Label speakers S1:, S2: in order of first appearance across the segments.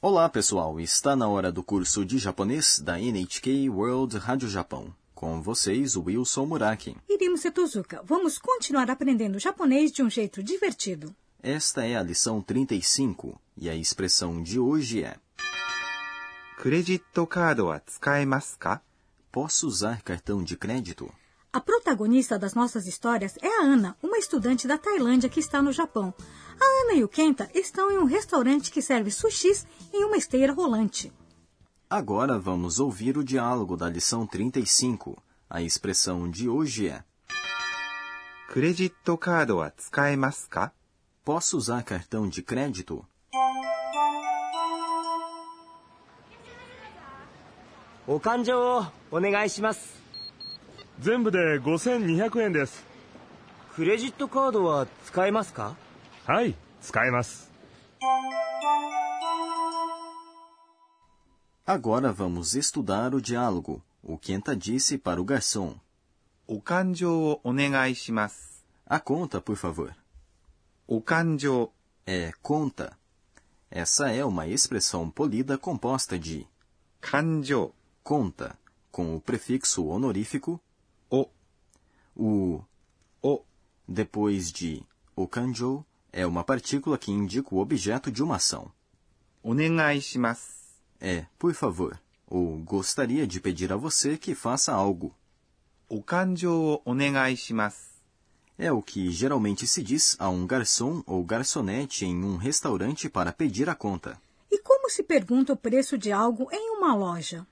S1: Olá, pessoal! Está na hora do curso de japonês da NHK World Rádio Japão. Com vocês, Wilson Muraki.
S2: Irimo Setuzuka, vamos continuar aprendendo japonês de um jeito divertido.
S1: Esta é a lição 35 e a expressão de hoje é:
S3: クレジットカードは使えますか
S1: Posso usar cartão de crédito?
S2: A protagonista das nossas histórias é a Ana, uma estudante da Tailândia que está no Japão. A Ana e o Kenta estão em um restaurante que serve sushis em uma esteira rolante.
S1: Agora vamos ouvir o diálogo da lição 35. A expressão de hoje é:
S3: クレジットカードは使えますか
S1: Posso usar cartão de crédito? Agora vamos estudar o diálogo. O Kenta disse para o garçom:
S3: お勘定をお願いします。
S1: A conta, por favor.
S3: お勘定、
S1: É conta. Essa é uma expressão polida composta de
S3: 勘定、
S1: conta, com o prefixo honorífico
S3: お、
S1: o
S3: お、
S1: depois de o kanjo é uma partícula que indica o objeto de uma ação.
S3: お願いします。
S1: É, por favor, ou gostaria de pedir a você que faça algo.
S3: お勘定をお願いします。
S1: É o que geralmente se diz a um garçom ou garçonete em um restaurante para pedir a conta.
S2: E como se pergunta o preço de algo em uma loja?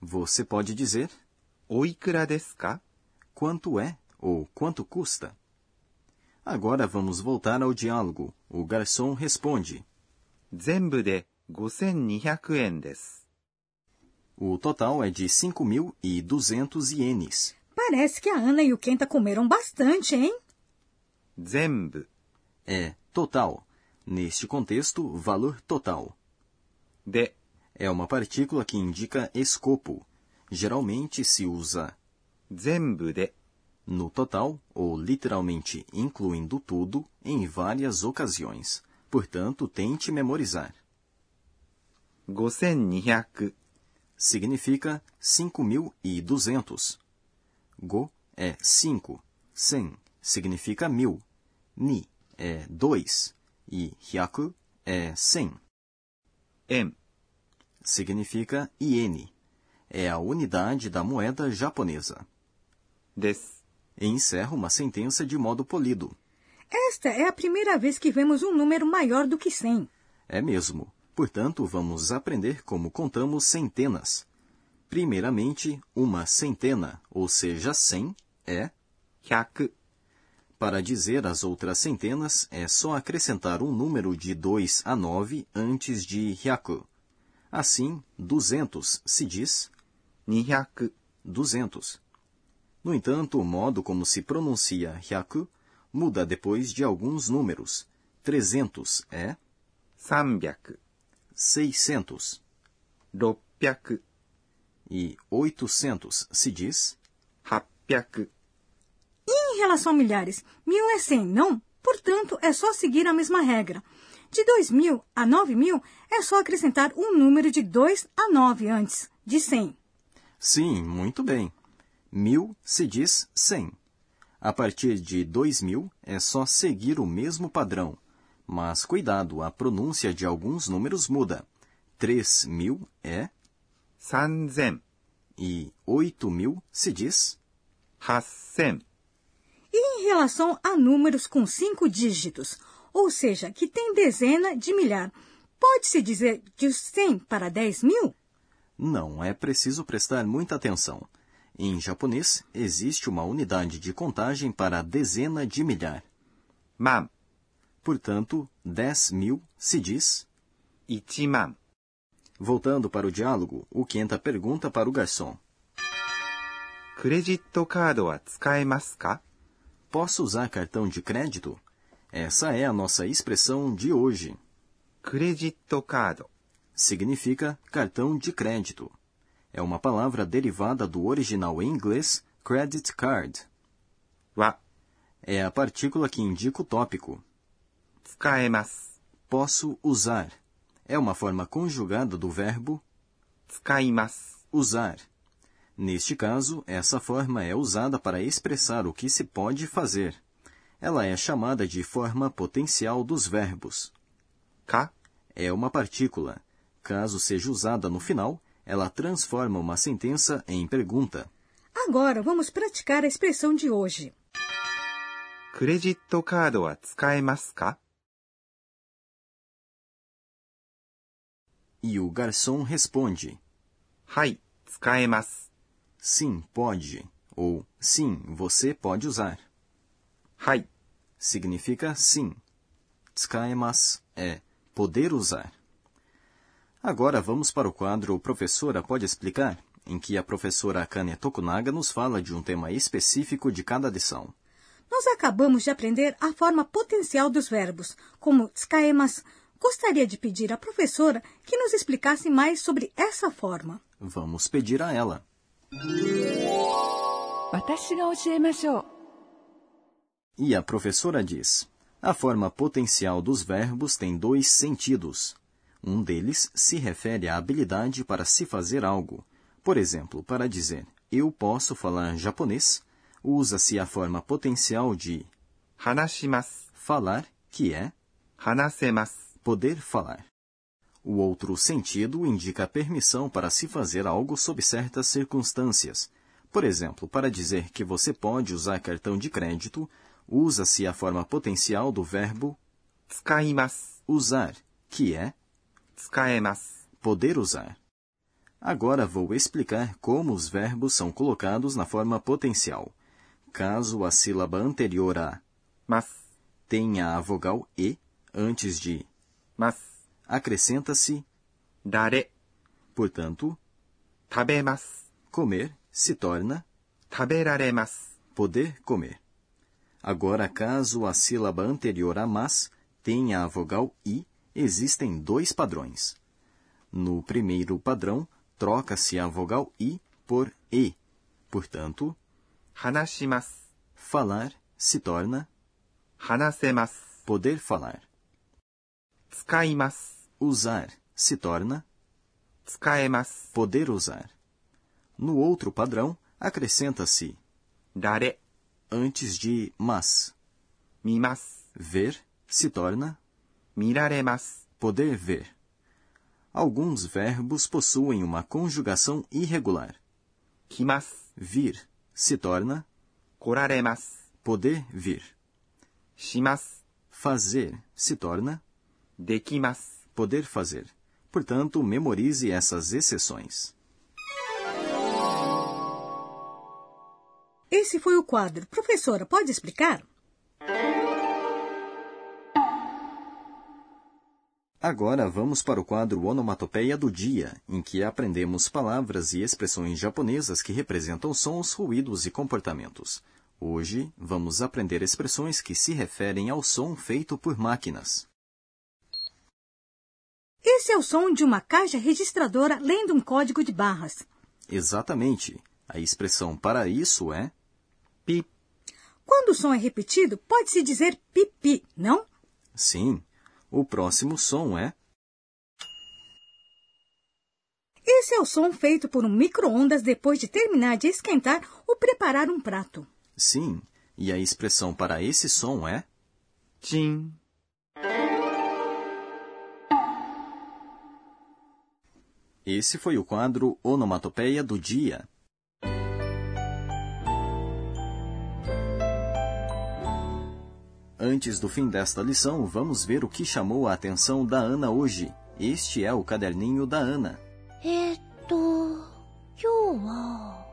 S1: Você pode dizer
S3: おいくらですか
S1: quanto é ou quanto custa. Agora vamos voltar ao diálogo. O garçom responde.
S3: 全部で5200円です。
S1: O total é de 5.200 ienes.
S2: Parece que a Ana e o Kenta comeram bastante, hein?
S3: 全部、
S1: É total. Neste contexto, valor total.
S3: で、
S1: É uma partícula que indica escopo. Geralmente se usa
S3: 全部で、
S1: no total ou literalmente incluindo tudo em várias ocasiões. Portanto, tente memorizar.
S3: 5200、
S1: significa 5.200. Go é 5, sen significa mil, ni é 2 e hyaku é 100,
S3: 円、
S1: significa iene. É a unidade da moeda japonesa.
S3: です。
S1: Encerra uma sentença de modo polido.
S2: Esta é a primeira vez que vemos um número maior do que 100.
S1: É mesmo. Portanto, vamos aprender como contamos centenas. Primeiramente, uma centena, ou seja, 100, é
S3: 100、
S1: Para dizer as outras centenas, é só acrescentar um número de 2 a 9 antes de hyaku. Assim, 200 se diz
S3: 200、
S1: 200. No entanto, o modo como se pronuncia hyaku muda depois de alguns números. 300 é
S3: 300、
S1: 600
S3: 600、
S1: e 800 se diz
S3: 800、
S2: E em relação a milhares, mil é 100, não? Portanto, é só seguir a mesma regra. De 2.000 a 9.000, é só acrescentar um número de 2 a 9 antes de 100.
S1: Sim, muito bem. Mil se diz cem. A partir de dois mil é só seguir o mesmo padrão. Mas cuidado, a pronúncia de alguns números muda. Três mil é
S3: 3000、
S1: e oito mil se diz.
S3: 8000、
S2: E em relação a números com cinco dígitos, ou seja, que tem dezena de milhar, pode-se dizer de 100 para 10.000?
S1: Não é preciso prestar muita atenção. Em japonês, existe uma unidade de contagem para a dezena de milhar.
S3: 万、
S1: Portanto, dez mil se diz.
S3: 1万、
S1: Voltando para o diálogo, o Kenta pergunta para o garçom.
S3: クレジットカードは使えますか
S1: Posso usar cartão de crédito? Essa é a nossa expressão de hoje.
S3: クレジットカード、
S1: Significa cartão de crédito. É uma palavra derivada do original em inglês credit card.
S3: は、
S1: É a partícula que indica o tópico.
S3: 使えます。
S1: Posso usar. é uma forma conjugada do verbo
S3: 使います。
S1: usar. Neste caso, essa forma é usada para expressar o que se pode fazer. Ela é chamada de forma potencial dos verbos.
S3: か、
S1: É uma partícula. Caso seja usada no final, ela transforma uma sentença em pergunta.
S2: Agora vamos praticar a expressão de hoje.
S3: クレジットカードは使えますか
S1: E o garçom responde:
S3: はい、使えます。
S1: Sim, pode. Ou sim, você pode usar.
S3: はい、
S1: significa sim. Tsukaemasu é poder usar. Agora vamos para o quadro Professora Pode Explicar, em que a professora Akane Tokunaga nos fala de um tema específico de cada lição.
S2: Nós acabamos de aprender a forma potencial dos verbos, como tskaemas. Gostaria de pedir à professora que nos explicasse mais sobre essa forma.
S1: Vamos pedir a ela.
S4: 私が教えましょう
S1: E a professora diz: A forma potencial dos verbos tem dois sentidos. Um deles se refere à habilidade para se fazer algo. Por exemplo, para dizer eu posso falar japonês, usa-se a forma potencial de
S3: 話します。
S1: falar, que é
S3: 話せます。
S1: poder falar. O outro sentido indica permissão para se fazer algo sob certas circunstâncias. Por exemplo, para dizer que você pode usar cartão de crédito, usa-se a forma potencial do verbo
S3: 使います。
S1: usar, que é
S3: 使えます。
S1: poder usar. Agora vou explicar como os verbos são colocados na forma potencial. Caso a sílaba anterior a
S3: ます。
S1: tenha a vogal e antes de,
S3: ます。
S1: acrescenta-se,
S3: 誰、
S1: portanto,
S3: 食べます。
S1: comer se torna
S3: 食べられます。
S1: poder comer. Agora, caso a sílaba anterior a mas tenha a vogal i, existem dois padrões. No primeiro padrão, troca-se a vogal i por e. Portanto,
S3: 話します。
S1: falar se torna
S3: 話せます。
S1: poder falar.
S3: 使います。
S1: Usar se torna
S3: 使えます。
S1: poder usar. No outro padrão, acrescenta-se
S3: 誰、
S1: antes de mas.
S3: 見ます。
S1: Ver se torna
S3: 見られます。
S1: poder ver. Alguns verbos possuem uma conjugação irregular.
S3: 来ます。
S1: Vir se torna
S3: 来られます。
S1: poder vir.
S3: します。
S1: Fazer se torna
S3: できます。
S1: poder fazer. Portanto, memorize essas exceções.
S2: Esse foi o quadro. Professora, pode explicar?
S1: Agora vamos para o quadro Onomatopeia do Dia, em que aprendemos palavras e expressões japonesas que representam sons, ruídos e comportamentos. Hoje, vamos aprender expressões que se referem ao som feito por máquinas.
S2: Esse é o som de uma caixa registradora lendo um código de barras.
S1: Exatamente. A expressão para isso é
S3: ピッ、
S2: Quando o som é repetido, pode-se dizer pipi, não?
S1: sim. O próximo som é
S2: Esse é o som feito por um micro-ondas depois de terminar de esquentar ou preparar um prato.
S1: sim. E a expressão para esse som é
S3: チン。
S1: Esse foi o quadro Onomatopeia do Dia. Antes do fim desta lição, vamos ver o que chamou a atenção da Ana hoje. Este é o caderninho da Ana.
S5: えーっと、今日は、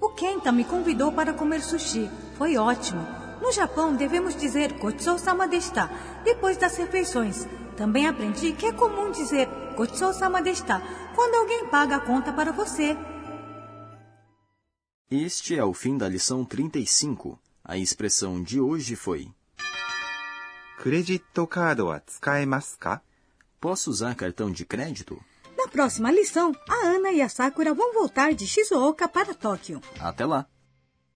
S2: O Kenta me convidou para comer sushi. Foi ótimo. No Japão, devemos dizer gochou-sama deshita depois das refeições. Também aprendi que é comum dizer gochou-sama deshita quando alguém paga a conta para você.
S1: Este é o fim da lição 35. A expressão de hoje foi:
S3: クレジットカードは使えますか
S1: Posso usar cartão de crédito?
S2: Na próxima lição, a Ana e a Sakura vão voltar de Shizuoka para Tóquio.
S1: Até lá!